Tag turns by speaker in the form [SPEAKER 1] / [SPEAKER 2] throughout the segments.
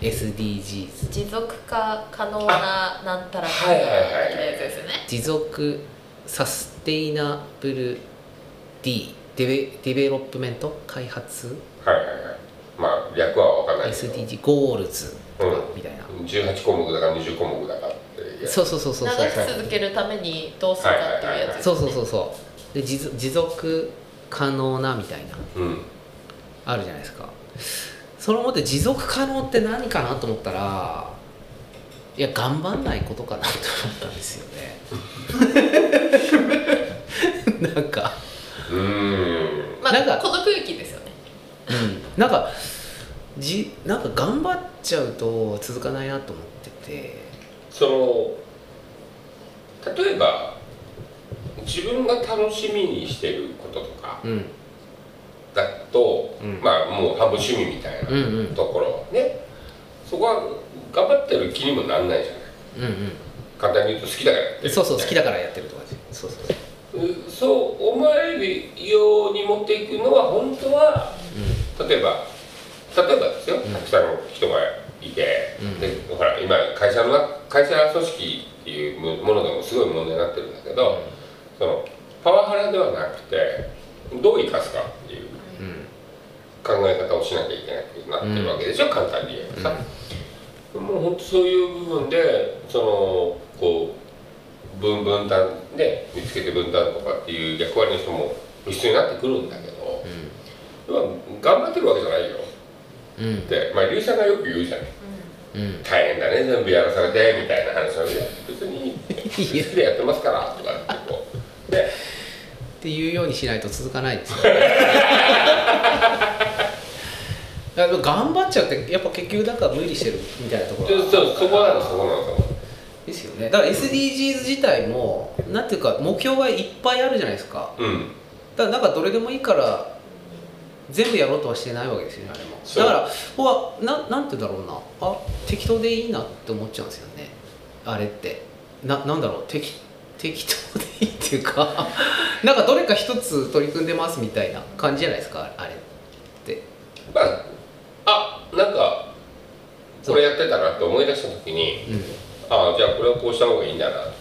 [SPEAKER 1] SDGs
[SPEAKER 2] 持続化可能ななんたらかんたらみたいなやつですよね、
[SPEAKER 1] 持続サステイナブル D デベデベロップメント開発
[SPEAKER 3] はいはいはいまあ略は分かんないけど
[SPEAKER 1] SDG ゴールズとかみたいな、
[SPEAKER 3] 18項目だか20項目だかって
[SPEAKER 1] そうそうそうそうそう
[SPEAKER 2] 長く続けるためにどうするかっていうやつですね
[SPEAKER 1] そうそうそうそうで持続持続可能なみたいな
[SPEAKER 3] うん
[SPEAKER 1] あるじゃないですかそれ思って持続可能って何かなと思ったらいや頑張んないことかなと思ったんですよね なんか
[SPEAKER 3] うーん
[SPEAKER 2] まあ
[SPEAKER 1] なんか
[SPEAKER 2] この空気ですよね
[SPEAKER 1] うんなんかじなんか頑張っちゃうと続かないなと思ってて
[SPEAKER 3] その例えば自分が楽しみにしてることとか
[SPEAKER 1] うん
[SPEAKER 3] だと、
[SPEAKER 1] うん
[SPEAKER 3] まあもう半分趣味みたいな
[SPEAKER 1] うんうん
[SPEAKER 3] ところねそこは頑張ってる気にもなんないじゃない
[SPEAKER 1] うんうん
[SPEAKER 3] 簡単に言うと好きだからやって
[SPEAKER 1] で
[SPEAKER 3] る
[SPEAKER 1] そうそう好きだからやってるとかねそうそうそう
[SPEAKER 3] うそう思えるように持っていくのは本当は例えば例えばですよ、
[SPEAKER 1] ん
[SPEAKER 3] たくさんの人がいて、
[SPEAKER 1] うん
[SPEAKER 3] でほら今会社の中会社組織っていうもものでもすごい問題になってるんだけど、そのパワハラではなくてどう生かすかっていう
[SPEAKER 1] うん
[SPEAKER 3] 考え方をしなきゃいけないってなってるわけでしょ、簡単に言えばさ、もう本当そういう部分でそのこう分分担で見つけて分担とかっていう役割の人も必要になってくるんだけど、まあ頑張ってるわけじゃないよ
[SPEAKER 1] うんうん
[SPEAKER 3] ってまあ龍さんがよく言うじゃない
[SPEAKER 1] うん
[SPEAKER 3] 大変だね全部やらされてみたいな話をね別に好きでやってますからとかってこうで
[SPEAKER 1] っていうようにしないと続かないですよねいやでも頑張っちゃうってやっぱ結局だから無理してるみたいなとこ
[SPEAKER 3] ち
[SPEAKER 1] ろ
[SPEAKER 3] ょ
[SPEAKER 1] が
[SPEAKER 3] ちょそこなんですそこなんですよ
[SPEAKER 1] ですよねだから SDGs 自体もなんていうか目標がいっぱいあるじゃないですか
[SPEAKER 3] うん
[SPEAKER 1] だからなんかどれでもいいから全部やろうとはしてないわけですよねあれも
[SPEAKER 3] そう
[SPEAKER 1] だからほわななんて言うんだろうなあ適当でいいなって思っちゃうんですよねあれってななんだろう適適当でいいっていうか なんかどれか一つ取り組んでますみたいな感じじゃないですかあれって
[SPEAKER 3] まああなんかこれやってたなって思い出した時に
[SPEAKER 1] う
[SPEAKER 3] ああじゃあこれをこうした方がいいんだなっ
[SPEAKER 1] ん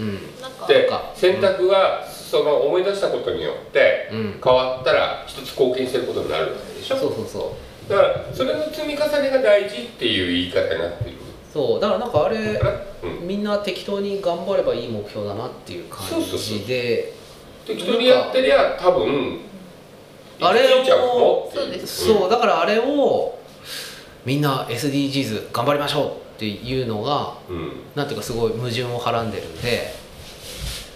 [SPEAKER 1] うん
[SPEAKER 2] なんか
[SPEAKER 3] て
[SPEAKER 1] あ
[SPEAKER 3] 選択がその思い出したことによって
[SPEAKER 1] うん
[SPEAKER 3] 変わったら一つ貢献してることになるわけでし
[SPEAKER 1] そう
[SPEAKER 3] ょ
[SPEAKER 1] そうそう
[SPEAKER 3] だからそれの積み重ねが大事っていう言い方になってる
[SPEAKER 1] そうだからなんかあれ
[SPEAKER 3] から、うん、
[SPEAKER 1] みんな適当に頑張ればいい目標だなっていう感
[SPEAKER 3] そうそうそう
[SPEAKER 1] じで
[SPEAKER 3] 適当にやってりゃ多分
[SPEAKER 1] あれを
[SPEAKER 3] 生きちゃうの
[SPEAKER 2] そうです
[SPEAKER 1] そうだからあれをみんな SDGs 頑張りましょうっていうのが
[SPEAKER 3] うん
[SPEAKER 1] なんていうかすごい矛盾をはらんでるんで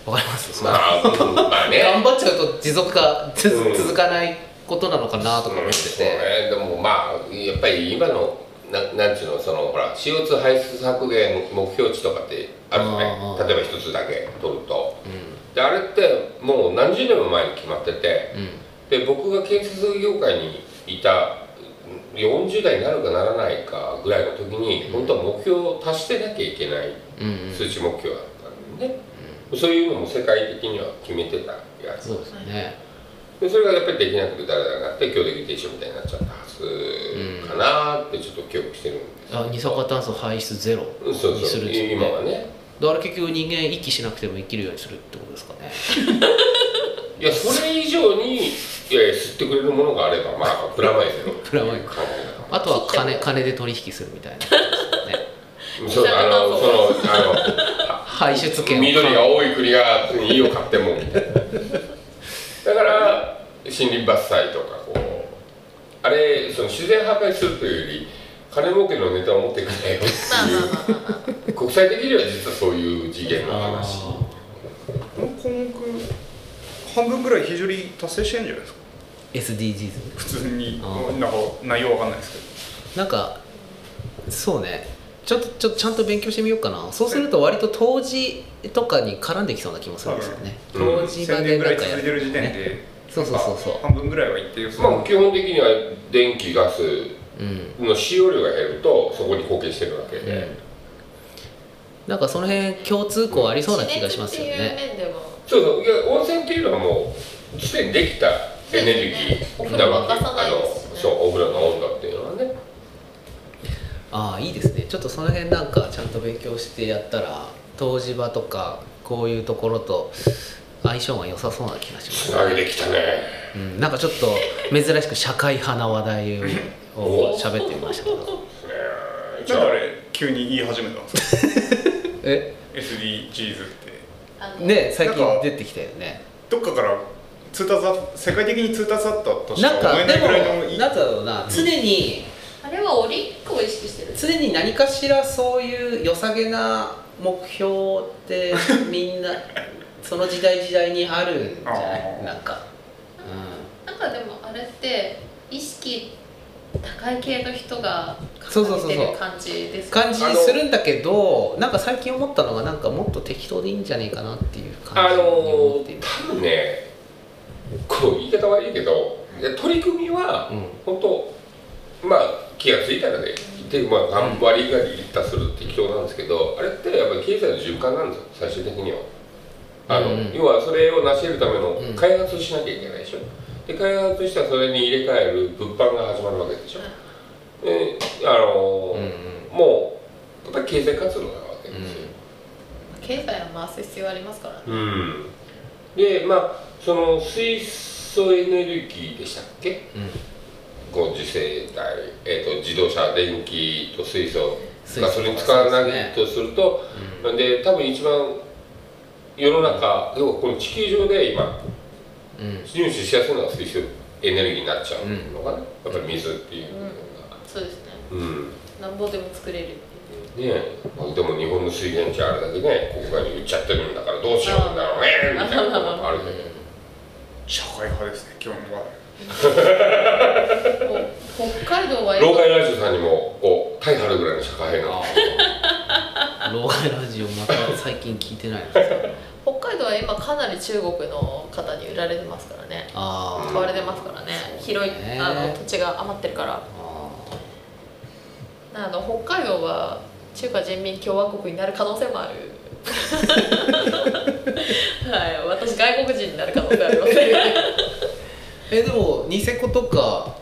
[SPEAKER 1] わかりますその
[SPEAKER 3] まあ、うんまあ
[SPEAKER 1] 頑
[SPEAKER 3] ね
[SPEAKER 1] 張っちゃうと持続化つ
[SPEAKER 3] うん
[SPEAKER 1] 続かないことなのかなとか思って
[SPEAKER 3] そう
[SPEAKER 1] て、
[SPEAKER 3] ねでもまあやっぱり今のななんちゅうのそのほら CO2 排出削減目標値とかってあるじゃな
[SPEAKER 1] あ
[SPEAKER 3] い
[SPEAKER 1] ー
[SPEAKER 3] 例えば一つだけ取るとであれってもう何十年も前に決まってて
[SPEAKER 1] うんうん
[SPEAKER 3] で僕が建設業界にいたうん40代になるかならないかぐらいの時に本当は目標を達してなきゃいけない
[SPEAKER 1] うんうん
[SPEAKER 3] 数値目標だったんでね、そういうのも世界的には決めてたやつ
[SPEAKER 1] そうですね
[SPEAKER 3] でそれがやっぱりできなくてダラダラになって協力停止みたいになっちゃったはずかなーってちょっと記憶してるんです
[SPEAKER 1] あ二酸化炭素排出ゼロ
[SPEAKER 3] うんそう
[SPEAKER 1] にす
[SPEAKER 3] そう
[SPEAKER 1] るんですよ
[SPEAKER 3] 今
[SPEAKER 1] ね
[SPEAKER 3] はね
[SPEAKER 1] だから結局人間息しなくても生きるようにするってことですかね
[SPEAKER 3] いやそれ以上にいやいや吸ってくれるものがあればまあプラマイゼロ
[SPEAKER 1] プラマイゼロあとは金金で取引するみたいなことですよね
[SPEAKER 3] そうあのその あ
[SPEAKER 1] 排出権
[SPEAKER 3] の
[SPEAKER 1] を
[SPEAKER 3] 緑が多い国が家を買ってもみたいなだから森林伐採とかこうあれその自然破壊するというより金儲けのネタを持ってくれよって
[SPEAKER 2] まあま
[SPEAKER 3] い
[SPEAKER 2] あ
[SPEAKER 3] う
[SPEAKER 2] まあまあまあ
[SPEAKER 3] 国際的には実はそういう次元の話
[SPEAKER 1] あ
[SPEAKER 4] この項目半分ぐらい非常に達成してるんじゃないですか
[SPEAKER 1] ー SDGs
[SPEAKER 4] 普通に
[SPEAKER 1] あー
[SPEAKER 4] なんか内容わかんないですけど
[SPEAKER 1] なんかそうねちょっとちょっとちゃんと勉強してみようかなそうすると割と当時とかに絡んできそうな気もするんですよね
[SPEAKER 3] 多
[SPEAKER 1] 当
[SPEAKER 3] 分
[SPEAKER 1] 時まで
[SPEAKER 4] 1000年ぐら
[SPEAKER 1] ないんか
[SPEAKER 4] 続
[SPEAKER 1] や
[SPEAKER 4] いてる時点で、
[SPEAKER 1] ねそうそうそうそ
[SPEAKER 4] 半分ぐらいは行ってる
[SPEAKER 3] まあ基本的には電気ガス
[SPEAKER 1] ううん
[SPEAKER 3] の使用量が減るとそこに貢献してるわけで、
[SPEAKER 1] うんなんかその辺共通項ありそうな気がしますよ
[SPEAKER 2] 地熱っ
[SPEAKER 1] ね
[SPEAKER 2] ていう面でも
[SPEAKER 3] そうそういや温泉っていうのはもうすでにできたエネルギーなわ
[SPEAKER 2] そ
[SPEAKER 3] け
[SPEAKER 2] うですねお風呂も沸かさないですしね
[SPEAKER 3] あのそうお風呂の温度っていうのはね
[SPEAKER 1] ああいいですねちょっとその辺なんかちゃんと勉強してやったら東芝とかこういうところと相性が良さそうな気がします
[SPEAKER 3] つなげてきたね
[SPEAKER 1] うん、なんかちょっと珍しく社会派な話題を喋ってみましたけど
[SPEAKER 4] じゃああれ急に言い始め たんですか
[SPEAKER 1] え
[SPEAKER 4] SDGs って
[SPEAKER 2] あの
[SPEAKER 1] ね最
[SPEAKER 4] なん
[SPEAKER 1] 近
[SPEAKER 4] か
[SPEAKER 1] 出てきたよね
[SPEAKER 4] どっかから通達あ世界的に通達あったとし
[SPEAKER 1] な
[SPEAKER 4] か
[SPEAKER 1] んか
[SPEAKER 4] 思えな
[SPEAKER 1] で
[SPEAKER 4] いぐらいの
[SPEAKER 1] もなんだろうな常に
[SPEAKER 2] あれは折りっこを意識してる
[SPEAKER 1] 常に何かしらそういう良さげな目標ってみんなその時代時代にあるんじゃな
[SPEAKER 4] あ
[SPEAKER 1] い
[SPEAKER 4] ー
[SPEAKER 1] なんか、
[SPEAKER 2] なんかでもあれって意識高い系の人が
[SPEAKER 1] そうそうそうそう
[SPEAKER 2] 掲げてる感じで
[SPEAKER 1] うん、
[SPEAKER 2] すか
[SPEAKER 1] 感じにするんだけどなんか最近思ったのがなんかもっと適当でいいんじゃないかなっていう感
[SPEAKER 3] あ
[SPEAKER 1] じに思
[SPEAKER 3] の
[SPEAKER 1] ってい
[SPEAKER 3] ー
[SPEAKER 1] る、
[SPEAKER 3] 多分ねこう言い方悪いけどで取り組みは
[SPEAKER 1] うん
[SPEAKER 3] 本当まあ気が付いたらねで、まあ、
[SPEAKER 1] うん
[SPEAKER 3] 何割がりったする適当なんですけどあれってやっぱり経済の循環なんですよ最終的にはあの、
[SPEAKER 1] うんうん
[SPEAKER 3] 要はそれを成し得るための
[SPEAKER 1] うん
[SPEAKER 3] 開発をしなきゃいけないでしょで開発したらそれに入れ替える物販が始まるわけでしょであの
[SPEAKER 1] うんう
[SPEAKER 3] ー
[SPEAKER 1] ん
[SPEAKER 3] もうやっぱり経済活動なわけですよ、
[SPEAKER 1] うん
[SPEAKER 2] 経済は回す必要ありますからね
[SPEAKER 3] うん、でまあその水素エネルギーでしたっけ
[SPEAKER 1] うん
[SPEAKER 3] こう次世代、えー、と自動車電気と水素
[SPEAKER 1] 水素
[SPEAKER 3] がそれに使わ
[SPEAKER 1] そうです
[SPEAKER 3] な
[SPEAKER 1] ね
[SPEAKER 3] いとすると
[SPEAKER 1] うん
[SPEAKER 3] で,、多分一番世の中要はこの地球上で今
[SPEAKER 1] うん
[SPEAKER 3] 入手しやすいのは水素エネルギーになっちゃうのかな、やっぱり水っていうのが。
[SPEAKER 2] そうですね
[SPEAKER 3] うん
[SPEAKER 2] なんぼでも作れるっていう
[SPEAKER 3] ねえでも日本の水源地あれだけねここが言っちゃってるんだからどうしようんだろうねみたいなこともあるけど
[SPEAKER 4] 社会派ですね今日のは
[SPEAKER 2] もう北海道は
[SPEAKER 3] 老害ラジオさんにもこうタイ張るぐらいの社会派の
[SPEAKER 1] 老害ラジオまた最近聞いてないな
[SPEAKER 2] 北海道は今かなり中国の方に売られてますからね
[SPEAKER 1] あ
[SPEAKER 2] 買
[SPEAKER 1] ー
[SPEAKER 2] われてますからね
[SPEAKER 1] そう
[SPEAKER 2] 広
[SPEAKER 1] ね
[SPEAKER 2] いあの土地が余ってるから
[SPEAKER 1] あ
[SPEAKER 2] あの北海道は中華人民共和国になる可能性もある はい私外国人になる可能性ありますね
[SPEAKER 1] ーえでもニセコとか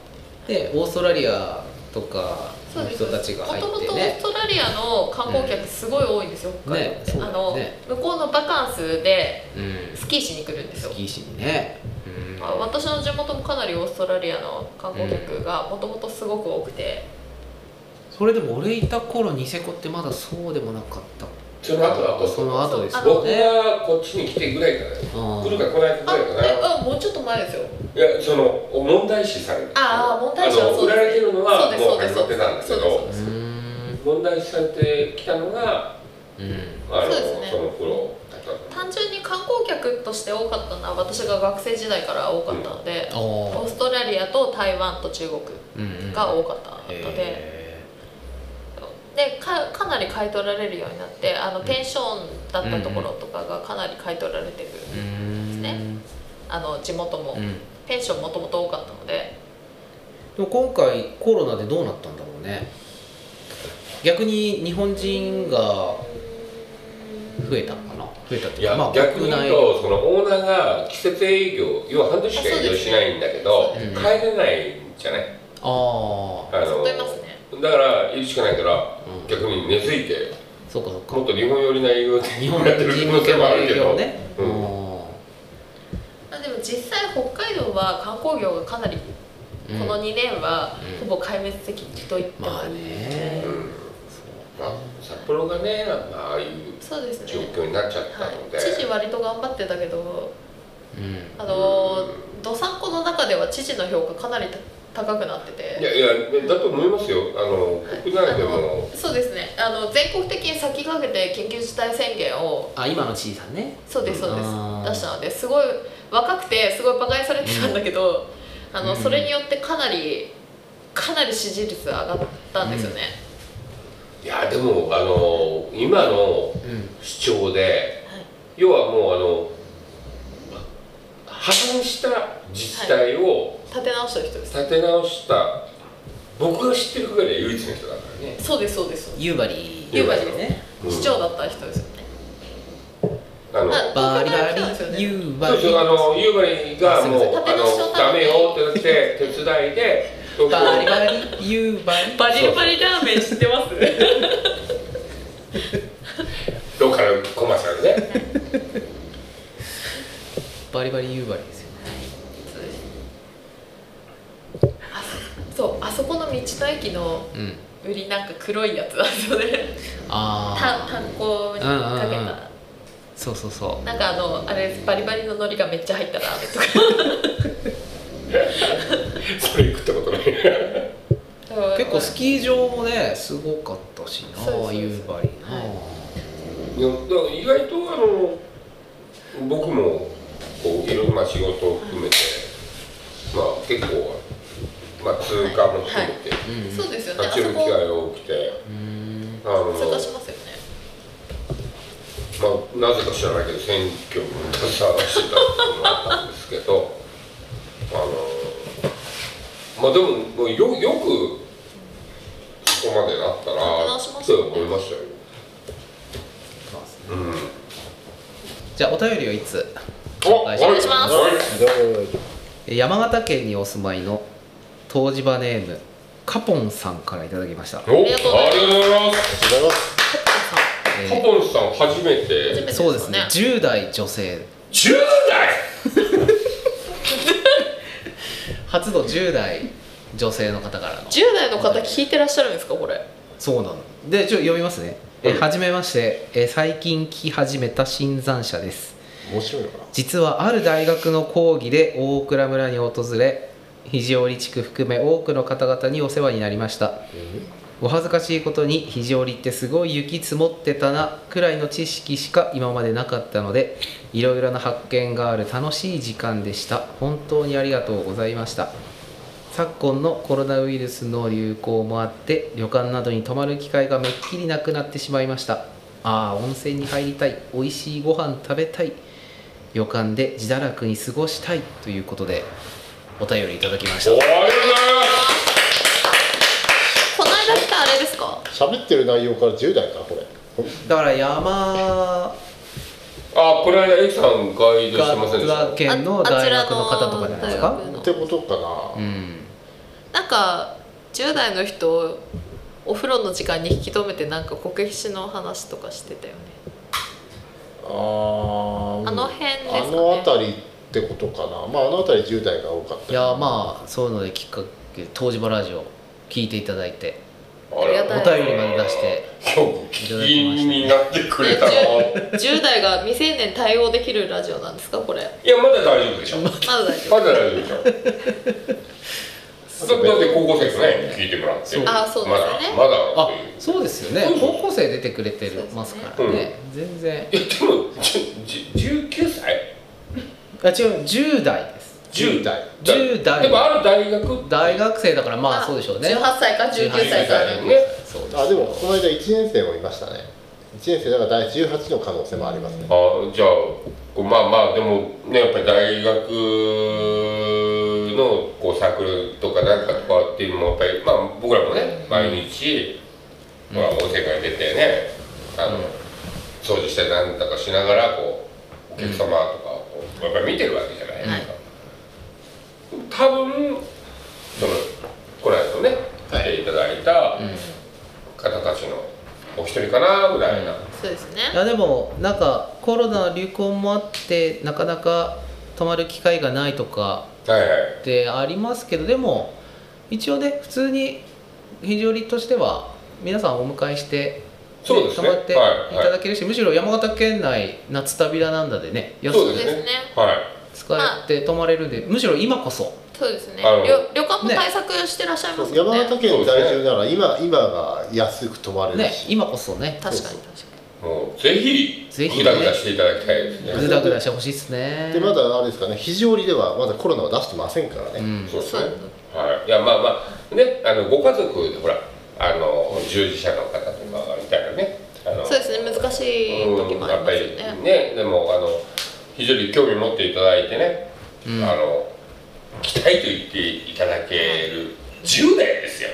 [SPEAKER 1] でオーストラリアとかの人たちが入
[SPEAKER 2] も
[SPEAKER 1] っ
[SPEAKER 2] ともと
[SPEAKER 1] て
[SPEAKER 2] オー
[SPEAKER 1] ね
[SPEAKER 2] ストラリアの観光客すごい多いんですよ、北海道って、
[SPEAKER 1] ね
[SPEAKER 2] あの、
[SPEAKER 1] ね
[SPEAKER 2] 向こうのバカンスで
[SPEAKER 1] うん
[SPEAKER 2] スキーしに来るんです
[SPEAKER 1] ス
[SPEAKER 2] よ
[SPEAKER 1] キーしにねうん
[SPEAKER 2] まあ私の地元もかなりオーストラリアの観光客がもともとすごく多くて、
[SPEAKER 1] それでも俺いた頃ニセコってまだそうでもなかった
[SPEAKER 3] その後だ
[SPEAKER 1] そ
[SPEAKER 3] と
[SPEAKER 1] の後ですよ
[SPEAKER 3] 僕
[SPEAKER 1] ね
[SPEAKER 3] がこっちに来てぐらいかな
[SPEAKER 1] うん
[SPEAKER 3] 来るか来ないか
[SPEAKER 2] あ
[SPEAKER 3] ぐらいか
[SPEAKER 2] えあもうちょっと前ですよ
[SPEAKER 3] ないやその問題視される
[SPEAKER 2] あー問題視は
[SPEAKER 3] あの
[SPEAKER 2] そう
[SPEAKER 3] 売
[SPEAKER 2] です
[SPEAKER 3] られてるの
[SPEAKER 2] そう
[SPEAKER 3] は
[SPEAKER 2] です
[SPEAKER 3] も
[SPEAKER 2] そううで
[SPEAKER 3] 始
[SPEAKER 2] す
[SPEAKER 3] まってたんだけ
[SPEAKER 2] そう
[SPEAKER 3] ど
[SPEAKER 1] う
[SPEAKER 2] です
[SPEAKER 1] ーん
[SPEAKER 3] 問題視されてきたのが
[SPEAKER 1] うん
[SPEAKER 3] あの
[SPEAKER 2] そうですね
[SPEAKER 3] その頃だったの
[SPEAKER 2] 単純に観光客として多かったのは私が学生時代から多かったので、オ
[SPEAKER 1] お
[SPEAKER 2] ー
[SPEAKER 1] ー
[SPEAKER 2] ストラリアと台湾と中国
[SPEAKER 1] うん
[SPEAKER 2] が
[SPEAKER 1] 多
[SPEAKER 2] 多かったので、
[SPEAKER 1] へ
[SPEAKER 2] でかかなり買い取られるようになってあのペンションだったところとかがかなり買い取られてくる、
[SPEAKER 1] ーうーん
[SPEAKER 2] ねあの地元も、
[SPEAKER 1] うん
[SPEAKER 2] ペンションもともと多かったので
[SPEAKER 1] でも今回コロナでどうなったんだろうね逆に日本人が増えたのかな増えたって
[SPEAKER 3] い
[SPEAKER 1] いうか
[SPEAKER 3] や、
[SPEAKER 1] まあ
[SPEAKER 3] 逆に
[SPEAKER 1] 国
[SPEAKER 3] 言う
[SPEAKER 1] 内
[SPEAKER 3] とそのオーナーが季節営業要は半年しか営業しないんだけど、
[SPEAKER 2] あそう
[SPEAKER 1] ですね
[SPEAKER 3] 帰れないんじゃない
[SPEAKER 1] ああ
[SPEAKER 3] あ
[SPEAKER 2] そう思いますね
[SPEAKER 3] のだからいるしかないから
[SPEAKER 1] うん
[SPEAKER 3] 逆に根付いて
[SPEAKER 1] そうかそうか
[SPEAKER 3] もっと日本寄りな営業
[SPEAKER 1] 日
[SPEAKER 3] に
[SPEAKER 1] 本
[SPEAKER 3] なってる可
[SPEAKER 1] 人向
[SPEAKER 3] 能性
[SPEAKER 1] け
[SPEAKER 3] も
[SPEAKER 1] の
[SPEAKER 3] あるけ
[SPEAKER 1] 営業
[SPEAKER 3] ど、
[SPEAKER 1] ね
[SPEAKER 3] う
[SPEAKER 2] まあでも実際北海道は観光業がかなり
[SPEAKER 1] うん
[SPEAKER 2] この2年は
[SPEAKER 1] う
[SPEAKER 2] ほ
[SPEAKER 1] ん
[SPEAKER 2] ぼ壊滅的と言っても
[SPEAKER 1] まあ
[SPEAKER 2] いい、
[SPEAKER 1] ね
[SPEAKER 3] うん
[SPEAKER 1] そう
[SPEAKER 3] まあ、札幌がねなんかああいう
[SPEAKER 2] そうです
[SPEAKER 3] 状
[SPEAKER 2] ね、
[SPEAKER 3] 況になっちゃった
[SPEAKER 2] は
[SPEAKER 3] の
[SPEAKER 2] い、
[SPEAKER 3] で、
[SPEAKER 2] 知事割と頑張ってたけど
[SPEAKER 1] うん
[SPEAKER 2] あのどさんこの中では知事の評価かなりた高くなってて
[SPEAKER 3] いやいやだと思いますよあの国内でも
[SPEAKER 2] そうですねあの全国的に先駆けて緊急事態宣言を
[SPEAKER 1] あ今の知事さんね
[SPEAKER 2] そうですそうです
[SPEAKER 1] あー
[SPEAKER 2] 出したのですごい若くてすごい馬鹿にされてたんだけど、あの
[SPEAKER 1] うん
[SPEAKER 2] それによってかなりかなり支持率が上がったんですよね、
[SPEAKER 3] いやでもあの今の
[SPEAKER 1] うん
[SPEAKER 3] 主張で、要はもうあの破綻した自治体を
[SPEAKER 2] 立て直した人です
[SPEAKER 3] 立て直した、僕が知ってる限りは唯一の人だからね、
[SPEAKER 2] そうですそうです
[SPEAKER 1] 夕張
[SPEAKER 2] 夕張です
[SPEAKER 1] ね
[SPEAKER 3] うん
[SPEAKER 2] 市長だった人ですよね、
[SPEAKER 3] あの
[SPEAKER 2] ま
[SPEAKER 1] バ
[SPEAKER 2] あ
[SPEAKER 1] リ
[SPEAKER 2] 東京から来たんです
[SPEAKER 1] バ
[SPEAKER 2] よね
[SPEAKER 1] リ夕
[SPEAKER 3] そうそうあ
[SPEAKER 1] 張
[SPEAKER 3] の夕張がもう
[SPEAKER 2] あ
[SPEAKER 3] あ
[SPEAKER 2] すいません
[SPEAKER 3] のダメよってなって手伝いで東
[SPEAKER 1] バリ
[SPEAKER 3] 京
[SPEAKER 1] バリ夕張
[SPEAKER 2] バリバリラーメン知ってます
[SPEAKER 3] ローカルコマーシャルね
[SPEAKER 1] バリバリ夕張ですよ
[SPEAKER 2] あそそうあそこの道の駅の
[SPEAKER 1] うん
[SPEAKER 2] 売りなんか黒いやつなんですよね
[SPEAKER 1] あ
[SPEAKER 2] た
[SPEAKER 1] あ
[SPEAKER 2] 炭鉱にかけ
[SPEAKER 1] うんうんう
[SPEAKER 2] た
[SPEAKER 1] そうそうそう
[SPEAKER 2] なんかあのあれですバリバリの海苔がめっちゃ入ったラーメンとか
[SPEAKER 3] それ食ったことない
[SPEAKER 1] 結構スキー場もねすごかったしな
[SPEAKER 2] そうそうそう
[SPEAKER 1] 夕張な、
[SPEAKER 3] いやだから意外とあの僕もこういろんなまあ仕事を含めて、まあ、結構、まあ、通貨も含めて
[SPEAKER 1] うんうん
[SPEAKER 2] そうですよねあそ
[SPEAKER 3] 立ち寄る機
[SPEAKER 2] こ
[SPEAKER 3] 会が多くて
[SPEAKER 1] うーん
[SPEAKER 3] あの、
[SPEAKER 2] 探しますよね
[SPEAKER 3] まあ、なぜか知らないけど選挙も携わらせてたっていうのがあったんですけどあのまあでももうよよくそこまでなったな
[SPEAKER 2] しま
[SPEAKER 3] っ
[SPEAKER 2] す
[SPEAKER 3] て
[SPEAKER 2] よね
[SPEAKER 3] 思いましたよ。
[SPEAKER 1] そうですね
[SPEAKER 3] うん
[SPEAKER 1] じゃあお便りをいつ
[SPEAKER 3] お
[SPEAKER 1] 願いします
[SPEAKER 2] お願いします
[SPEAKER 1] えー山形県にお住まいの湯治場ネームカポンさんからいただきました、
[SPEAKER 3] おあ
[SPEAKER 2] あ
[SPEAKER 3] り
[SPEAKER 2] り
[SPEAKER 3] が
[SPEAKER 2] が
[SPEAKER 3] と
[SPEAKER 2] と
[SPEAKER 3] う
[SPEAKER 2] う
[SPEAKER 3] ご
[SPEAKER 2] ございます
[SPEAKER 3] ざいます。
[SPEAKER 1] え
[SPEAKER 3] カ
[SPEAKER 1] ー
[SPEAKER 3] ポンさん初め
[SPEAKER 2] 初め
[SPEAKER 3] て
[SPEAKER 2] て
[SPEAKER 1] そうですね
[SPEAKER 2] よ
[SPEAKER 1] 10代女性
[SPEAKER 3] 10代
[SPEAKER 1] 初の10代女性の方からの
[SPEAKER 2] 10代の方聞いてらっしゃるんですかこれ
[SPEAKER 1] そうなのでちょっと読みますねえー
[SPEAKER 3] うん
[SPEAKER 1] はじめましてえー最近来始めた新参者です
[SPEAKER 4] 面白いのかな
[SPEAKER 1] 実はある大学の講義で大蔵村に訪れ肘折地区含め多くの方々にお世話になりましたお恥ずかしいことに肘折ってすごい雪積もってたなくらいの知識しか今までなかったのでいろいろな発見がある楽しい時間でした本当にありがとうございました昨今のコロナウイルスの流行もあって旅館などに泊まる機会がめっきりなくなってしまいましたああ温泉に入りたい美味しいご飯食べたい旅館で自堕落に過ごしたいということでお便りいただきまし
[SPEAKER 3] お
[SPEAKER 1] た
[SPEAKER 3] はよ
[SPEAKER 2] この間来たあれですか
[SPEAKER 5] 喋ってる内容から10代かこれ
[SPEAKER 1] だから山
[SPEAKER 3] うございますあ、これはエイさんガイドしてませんでした
[SPEAKER 1] 学県の大学の方とかじゃないです
[SPEAKER 2] あ
[SPEAKER 1] か
[SPEAKER 2] あちらの大学
[SPEAKER 5] っ
[SPEAKER 2] の
[SPEAKER 5] てことか
[SPEAKER 1] う
[SPEAKER 5] な、
[SPEAKER 1] ん
[SPEAKER 2] なんか10代の人お風呂の時間に引き止めてなんかこけしの話とかしてたよね
[SPEAKER 5] あー
[SPEAKER 2] あの辺ですかね
[SPEAKER 5] あの辺りってことかなまああの辺り10代が多かった
[SPEAKER 1] いやまあそういうのできっかけ東芝ラジオ聞いていただいて
[SPEAKER 3] あれ
[SPEAKER 2] あり
[SPEAKER 1] お
[SPEAKER 2] が
[SPEAKER 1] 便りまで出して
[SPEAKER 3] よく気になってくれたな。い
[SPEAKER 2] 10代が未成年対応できるラジオなんですかこれ
[SPEAKER 3] や、まだ大丈夫でしょ。ま
[SPEAKER 2] まだ大丈夫
[SPEAKER 3] だ大丈夫でしょ。だだって高校生ですね、聞いてもらって。
[SPEAKER 1] そう
[SPEAKER 2] あそうです
[SPEAKER 3] まだ
[SPEAKER 2] よね、
[SPEAKER 3] まだ
[SPEAKER 1] あ
[SPEAKER 3] という。
[SPEAKER 1] そうですよね
[SPEAKER 3] うん
[SPEAKER 1] 高校生出てくれてるますからね全然
[SPEAKER 3] いや、でも、じゅじゅ19歳
[SPEAKER 1] あ違う10代です
[SPEAKER 3] 10
[SPEAKER 5] 10代
[SPEAKER 1] 10代
[SPEAKER 3] でもある大学
[SPEAKER 1] 大学生だからまあそうでしょうね
[SPEAKER 2] 18歳か19歳か
[SPEAKER 3] 19歳
[SPEAKER 2] ね
[SPEAKER 3] ね
[SPEAKER 1] そうです
[SPEAKER 5] あでもこの間1年生もいましたね1年生だから第18の可能性もありますね
[SPEAKER 3] あじゃあこうまあまあでもねやっぱり大学のこうサークルとかなんかとかっていうのもやっぱりまあ僕らもね毎日、まあお世界出てねあの、掃除したりなんだかしながらこうお客様とかをこうやっぱり見てるわけじゃないですか、多分そのこの間のね来ていただいた方たちのお一人かなぐらいな、
[SPEAKER 2] そうですね
[SPEAKER 1] いやでもなんかコロナの流行もあってなかなか泊まる機会がないとか
[SPEAKER 3] はいはい
[SPEAKER 1] ってありますけどでも一応ね普通に肘折としては皆さんお迎えして、
[SPEAKER 3] そうですね
[SPEAKER 1] 泊まってい
[SPEAKER 3] はいはい
[SPEAKER 1] ただけるし、むしろ山形県内夏旅だなんだでね安
[SPEAKER 3] そう
[SPEAKER 1] く
[SPEAKER 3] です
[SPEAKER 2] そうで
[SPEAKER 3] ね
[SPEAKER 2] すね。
[SPEAKER 3] はい。
[SPEAKER 1] 使って泊まれるんで、むしろ今こそ
[SPEAKER 2] そうですね
[SPEAKER 3] あの
[SPEAKER 2] 旅旅館も対策してらっしゃいますもん
[SPEAKER 5] 山
[SPEAKER 2] ね
[SPEAKER 5] 形県在住なら今今が安く泊まれる
[SPEAKER 1] ね
[SPEAKER 5] し、
[SPEAKER 1] 今こそね
[SPEAKER 2] 確かに確か
[SPEAKER 3] もうぜひ
[SPEAKER 1] ぜひね
[SPEAKER 3] グダグダしていただきたいですね。
[SPEAKER 1] グダグダしてほしいですね
[SPEAKER 5] でまだあれですかね肘折ではまだコロナは出してませんからね、
[SPEAKER 1] うん
[SPEAKER 3] そうですね
[SPEAKER 2] そう。
[SPEAKER 3] はい。いやまあまあねあのご家族でほらあの従事者の方とかみたいなねあの
[SPEAKER 2] にそうですね難しい時
[SPEAKER 3] う
[SPEAKER 2] も
[SPEAKER 3] ん
[SPEAKER 2] あ
[SPEAKER 3] や
[SPEAKER 2] り
[SPEAKER 3] っ
[SPEAKER 2] ま
[SPEAKER 3] ぱ
[SPEAKER 2] す
[SPEAKER 3] り
[SPEAKER 2] よね
[SPEAKER 3] ねでもあの非常に興味持っていただいてね、
[SPEAKER 1] うん
[SPEAKER 3] あの期待と言っていただける10代ですよ。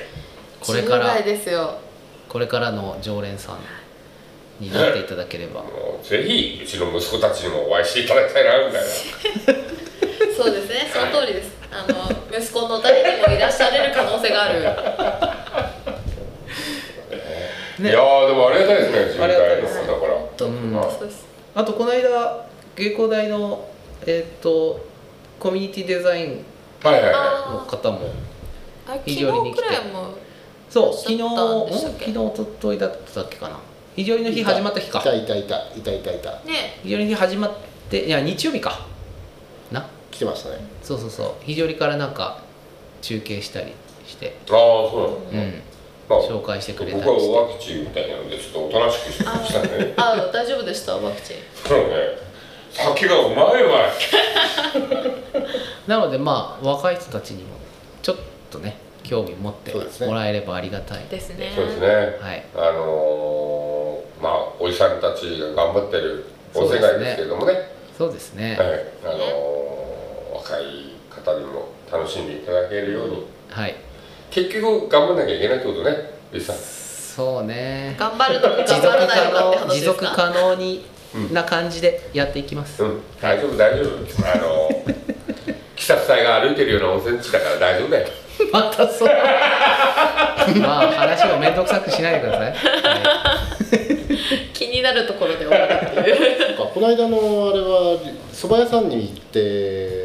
[SPEAKER 1] これから
[SPEAKER 2] 10代ですよ
[SPEAKER 1] これからの常連さんになっていただければ
[SPEAKER 3] もうぜひうちの息子たちにもお会いしていただきたいなみたいな。
[SPEAKER 2] そうですねその通りですあの息子の誰でもいらっしゃれる可能性がある
[SPEAKER 1] ね
[SPEAKER 3] いやーでもありがたいですね
[SPEAKER 1] ありがた
[SPEAKER 3] 10
[SPEAKER 1] い
[SPEAKER 3] 代
[SPEAKER 1] で
[SPEAKER 3] の
[SPEAKER 1] す
[SPEAKER 3] 子だから
[SPEAKER 2] と、
[SPEAKER 1] うん
[SPEAKER 2] そうです
[SPEAKER 1] あとこの間芸工大のえっ、とコミュニティデザイン
[SPEAKER 3] はいはいは
[SPEAKER 1] の
[SPEAKER 2] あ
[SPEAKER 1] 方も
[SPEAKER 2] ーあれ昨
[SPEAKER 1] 非
[SPEAKER 2] 日
[SPEAKER 1] 常に似て
[SPEAKER 2] くらいも
[SPEAKER 1] そう
[SPEAKER 2] そう
[SPEAKER 1] 昨日ん
[SPEAKER 2] だったんでしたっ
[SPEAKER 1] 昨
[SPEAKER 2] け
[SPEAKER 1] 日おとといだったっけかな非常にの日始まった日か
[SPEAKER 5] いたいたいたいたいたいた
[SPEAKER 2] ね
[SPEAKER 1] 非常にの日始まっていや日曜日かな
[SPEAKER 5] 来てましたね
[SPEAKER 1] そうそうそう非常にからなんか中継したりして、
[SPEAKER 3] いああそう
[SPEAKER 1] う
[SPEAKER 3] なんだ、
[SPEAKER 1] ん、
[SPEAKER 3] まあ
[SPEAKER 1] 紹介してくれたり
[SPEAKER 3] 僕は
[SPEAKER 1] して
[SPEAKER 3] 大ワクチンみたいなのでちょっとおとなしくしてましたね
[SPEAKER 2] あ大丈夫でしたワクチン
[SPEAKER 3] そうね酒がうまいうまい
[SPEAKER 1] なのでまあ若い人たちにもちょっとね興味持って
[SPEAKER 5] そうですね
[SPEAKER 1] もらえればありがたい、
[SPEAKER 2] ですね
[SPEAKER 3] そうですね
[SPEAKER 1] はい
[SPEAKER 3] あのー、まあおじさんたちが頑張ってるお世界ですけれどもね
[SPEAKER 1] そうですね
[SPEAKER 3] はいあのー、若い方にも楽しんでいただけるように
[SPEAKER 1] はい
[SPEAKER 3] 結局頑張んなきゃいけないってことねリスさん
[SPEAKER 1] そうね
[SPEAKER 2] 頑張るのか
[SPEAKER 1] 持
[SPEAKER 2] 頑
[SPEAKER 1] 続
[SPEAKER 2] 張らないのかって
[SPEAKER 1] 可能持
[SPEAKER 2] 話です
[SPEAKER 1] 続
[SPEAKER 2] か
[SPEAKER 1] 可能に
[SPEAKER 3] うん
[SPEAKER 1] な感じでやっていきます、
[SPEAKER 3] うん、大丈夫大丈夫あ の鬼殺隊が歩いてるような温泉地だから大丈夫だよ
[SPEAKER 1] またそうまあ話を面倒くさくしないでください、は
[SPEAKER 2] 気になるところで終わるっていう
[SPEAKER 5] なんかこの間のあれは蕎麦屋さんに行っ
[SPEAKER 1] い
[SPEAKER 5] て、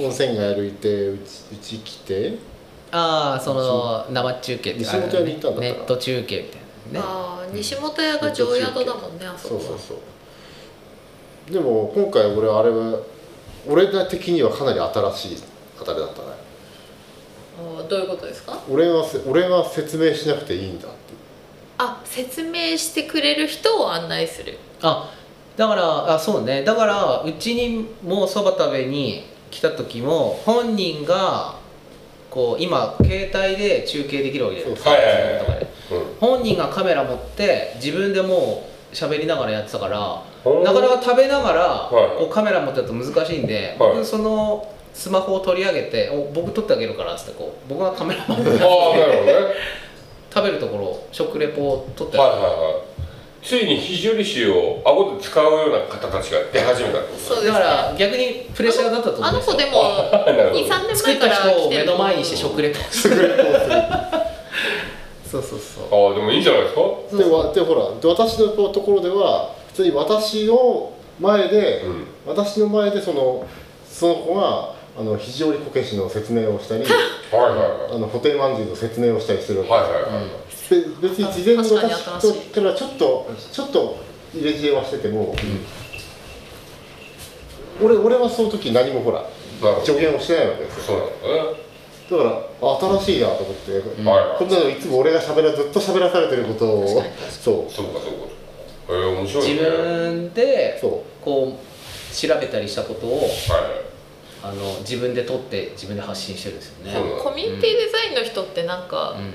[SPEAKER 1] うん、
[SPEAKER 5] 温泉街歩いてうちうち来て
[SPEAKER 1] ああその生中継ってある
[SPEAKER 5] 西本屋に行ったんだった
[SPEAKER 1] ネ
[SPEAKER 5] ら
[SPEAKER 1] ット中継みたいなのね
[SPEAKER 2] ああ西本屋が常宿だもんねあそこ
[SPEAKER 5] そう
[SPEAKER 2] は
[SPEAKER 5] そうそうでも今回俺あれは俺的にはかなり新しい当たりだったね
[SPEAKER 2] あーどういうことですか
[SPEAKER 5] 俺はせ俺は説明しなくていいんだって
[SPEAKER 2] あ説明してくれる人を案内する
[SPEAKER 1] あだからあそうねだからうちにもそば食べに来た時も本人がこう今携帯で中継できるわけじゃないですか
[SPEAKER 3] はいはいは
[SPEAKER 1] 自
[SPEAKER 3] い
[SPEAKER 1] 分のとこで
[SPEAKER 3] うん
[SPEAKER 1] 本人がカメラ持って自分でもう喋りながらやってたから
[SPEAKER 3] ほん
[SPEAKER 1] なかなか食べながら、
[SPEAKER 3] はい
[SPEAKER 1] こうカメラ持ってると難しいんで、
[SPEAKER 3] はい
[SPEAKER 1] 僕そのスマホを取り上げて「お僕撮ってあげるから」っつってこう僕がカメラマン
[SPEAKER 3] ああ
[SPEAKER 1] で
[SPEAKER 3] なるほどね
[SPEAKER 1] 食べるところを食レポを撮って
[SPEAKER 3] はいはいはいついに非常理臭を顎で使うような方たちが出始めたってこ
[SPEAKER 2] そ
[SPEAKER 3] と
[SPEAKER 2] うですね
[SPEAKER 1] だから逆にプレッシャーだったと思
[SPEAKER 2] あ
[SPEAKER 1] うん
[SPEAKER 2] の
[SPEAKER 1] です
[SPEAKER 2] 子
[SPEAKER 1] よ
[SPEAKER 2] でも
[SPEAKER 3] あ な るほど
[SPEAKER 2] 23年
[SPEAKER 1] 作
[SPEAKER 2] 前
[SPEAKER 1] っ
[SPEAKER 2] か
[SPEAKER 1] た
[SPEAKER 2] ら
[SPEAKER 1] 人
[SPEAKER 2] 来
[SPEAKER 1] を
[SPEAKER 2] て
[SPEAKER 1] 目
[SPEAKER 2] ると
[SPEAKER 1] の
[SPEAKER 2] 思う
[SPEAKER 1] 前にして食レポするそうそうそう
[SPEAKER 3] ああでもいいじゃないですか
[SPEAKER 1] そう
[SPEAKER 5] で
[SPEAKER 1] そう
[SPEAKER 5] わでほらで私のところでは普通に私の前で、
[SPEAKER 3] うん
[SPEAKER 5] 私の前でそのその子があの非常にこけしの説明をした り
[SPEAKER 3] はいはい
[SPEAKER 5] あの布袋まんじゅうの説明をしたりするわけ
[SPEAKER 3] はいはいはいはい
[SPEAKER 5] で別に事前に
[SPEAKER 2] 確かに新し
[SPEAKER 5] 私
[SPEAKER 2] い
[SPEAKER 5] とからちょっとちょっと入れ知恵はしてても、俺俺はその時何もほら
[SPEAKER 3] なるほ
[SPEAKER 5] 助
[SPEAKER 3] ど
[SPEAKER 5] 言をしてないわけです
[SPEAKER 3] そうなんだね
[SPEAKER 5] よだから新しいなと思って、
[SPEAKER 1] ん
[SPEAKER 3] はい
[SPEAKER 5] こ
[SPEAKER 3] は
[SPEAKER 5] んなのいつも俺が喋らずっと喋らされてることをそ
[SPEAKER 3] いそうかそうかええ面白いね
[SPEAKER 1] 自分で
[SPEAKER 5] うそ
[SPEAKER 1] こう調べたりしたことを
[SPEAKER 3] はい
[SPEAKER 1] あの自分で撮って自分で発信してるんですよね
[SPEAKER 3] そう
[SPEAKER 2] コミュニティデザインの人ってなんか、
[SPEAKER 1] うん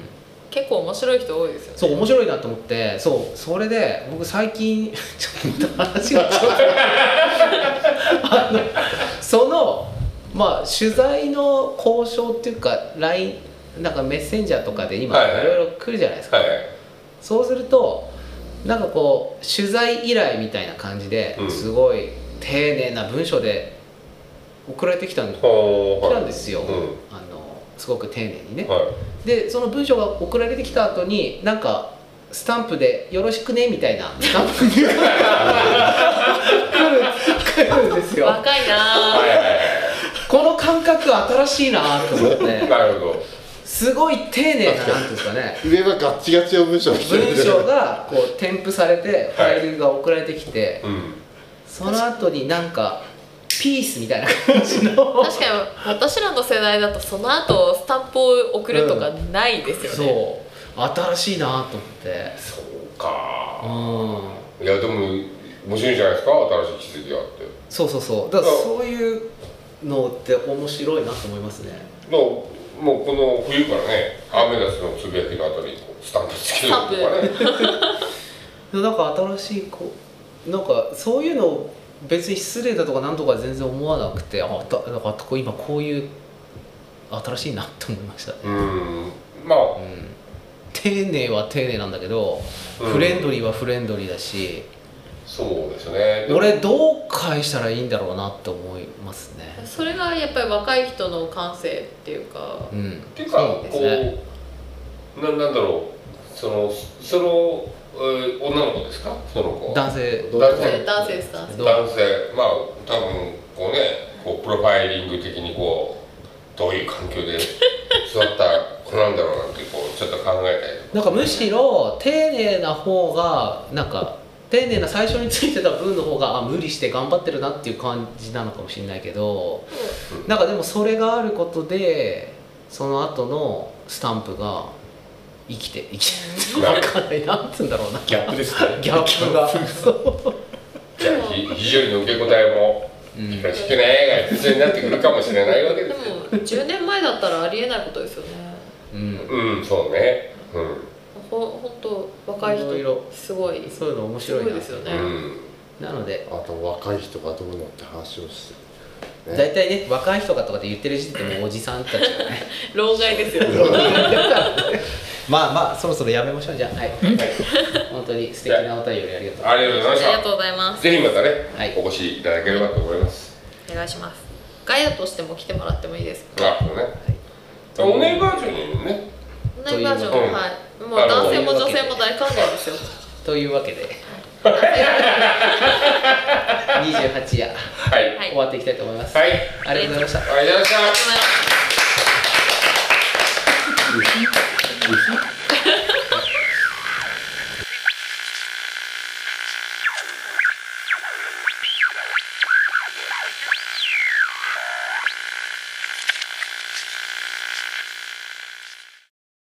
[SPEAKER 2] 結構面白い人多いですよね
[SPEAKER 1] そう面白いなと思ってそうそれで僕最近 ちょっとまた話がちょっと あのそのまあ取材の交渉っていうか LINE なんかメッセンジャーとかで今
[SPEAKER 3] はいはい
[SPEAKER 1] いろいろ来るじゃないですか、
[SPEAKER 3] はい
[SPEAKER 1] そうするとなんかこう取材依頼みたいな感じで
[SPEAKER 3] うん
[SPEAKER 1] すごい丁寧な文章で送られてきたん,、
[SPEAKER 3] ほー
[SPEAKER 1] 来た
[SPEAKER 3] はい
[SPEAKER 1] んですよ、
[SPEAKER 3] うん
[SPEAKER 1] あのすごく丁寧にね、
[SPEAKER 3] はい
[SPEAKER 1] でその文章が送られてきた後になんかスタンプで「よろしくね」みたいなスタンプが来る来るんですよ
[SPEAKER 2] 若いな
[SPEAKER 3] はい
[SPEAKER 2] ぁ
[SPEAKER 3] はい
[SPEAKER 1] この感覚新しいなと思っ
[SPEAKER 3] はい
[SPEAKER 1] て
[SPEAKER 3] なるほど
[SPEAKER 1] すごい丁寧ななんていうんですかね
[SPEAKER 5] う上はガッチガチの文章をしてる
[SPEAKER 1] 文章がこう添付されてファイルが送られてきて
[SPEAKER 3] うん
[SPEAKER 1] その後になんかピースみたいな感じの
[SPEAKER 2] 確かに私らの世代だとその後スタンプを送るとかないですよね、
[SPEAKER 1] そう新しいなと思って
[SPEAKER 3] そうか
[SPEAKER 1] うん
[SPEAKER 3] いやでも面白いじゃないですか新しい奇跡があって
[SPEAKER 1] そうそうそうだからそういうのって面白いなと思いますね
[SPEAKER 3] だからもうこの冬からねアメダスのつぶやきのあたりにこうスタンプつけるとかね
[SPEAKER 1] なんか新しいこうなんかそういうの別に失礼だとかなんとか全然思わなくてあだなんかこう今こういう新しいなって思いました、
[SPEAKER 3] うんまあ
[SPEAKER 1] うん、丁寧は丁寧なんだけど、
[SPEAKER 3] うん
[SPEAKER 1] フレンドリーはフレンドリーだし
[SPEAKER 3] そうですねでも
[SPEAKER 1] 俺どう返したらいいんだろうなって思いますね
[SPEAKER 2] それがやっぱり若い人の感性っていうか
[SPEAKER 1] うん
[SPEAKER 3] っていうか
[SPEAKER 1] そうですね
[SPEAKER 3] こうななんだろうそのその、えー女の子ですかその子は
[SPEAKER 1] 男性
[SPEAKER 5] どう
[SPEAKER 3] 男性
[SPEAKER 2] 男性です男性
[SPEAKER 1] どう
[SPEAKER 3] 男性まあ多分こうねこうプロファイリング的にこうどういう環境で育った子なんだろうなんてこうちょっと考えたりと
[SPEAKER 1] なんかむしろ丁寧な方がなんか丁寧な最初についてた分の方があ無理して頑張ってるなっていう感じなのかもしれないけどなんかでもそれがあることでその後のスタンプが生きて生きて分かんないなんつうんだろうな
[SPEAKER 4] ギャップですね
[SPEAKER 1] ギャップがそう
[SPEAKER 3] じゃあひ非常に受け答えも
[SPEAKER 1] うん
[SPEAKER 3] よろしくねが必要になってくるかもしれないわけ
[SPEAKER 2] で
[SPEAKER 3] で
[SPEAKER 2] も
[SPEAKER 3] すよ
[SPEAKER 2] 10年前だったらありえないことですよね
[SPEAKER 1] うん
[SPEAKER 3] うんそうねう
[SPEAKER 2] ほほんと若い
[SPEAKER 1] いろいろ
[SPEAKER 2] 人すごい
[SPEAKER 1] そういうの面白いな
[SPEAKER 2] すごいですよね
[SPEAKER 3] んうん
[SPEAKER 1] なので
[SPEAKER 5] あと若い人がどうのって話をしてね
[SPEAKER 1] 大体ね若い人がとかって言ってる時点でもうおじさんたちがね
[SPEAKER 2] 老害ですよね
[SPEAKER 1] まあまあそろそろやめましょうじゃあはい本当に素敵なお便りありがとうございます
[SPEAKER 3] ありがとうございまし
[SPEAKER 2] ありがと
[SPEAKER 3] た
[SPEAKER 2] うございます
[SPEAKER 3] ぜひまたね、
[SPEAKER 1] はい
[SPEAKER 3] お越しいただければと思います
[SPEAKER 2] お願いしますガイアとしても来てもらってもいいですか
[SPEAKER 3] なるほどね、お姉バージョンにもね
[SPEAKER 2] オンラインバージョン
[SPEAKER 3] という
[SPEAKER 2] はいもう
[SPEAKER 3] あの
[SPEAKER 2] 男性も女性も大歓迎ですよ
[SPEAKER 1] というわけ で28夜
[SPEAKER 3] はいはい、
[SPEAKER 1] 終わっていきたいと思います、
[SPEAKER 3] はい、
[SPEAKER 1] ありがとうございました
[SPEAKER 3] ありがとうございました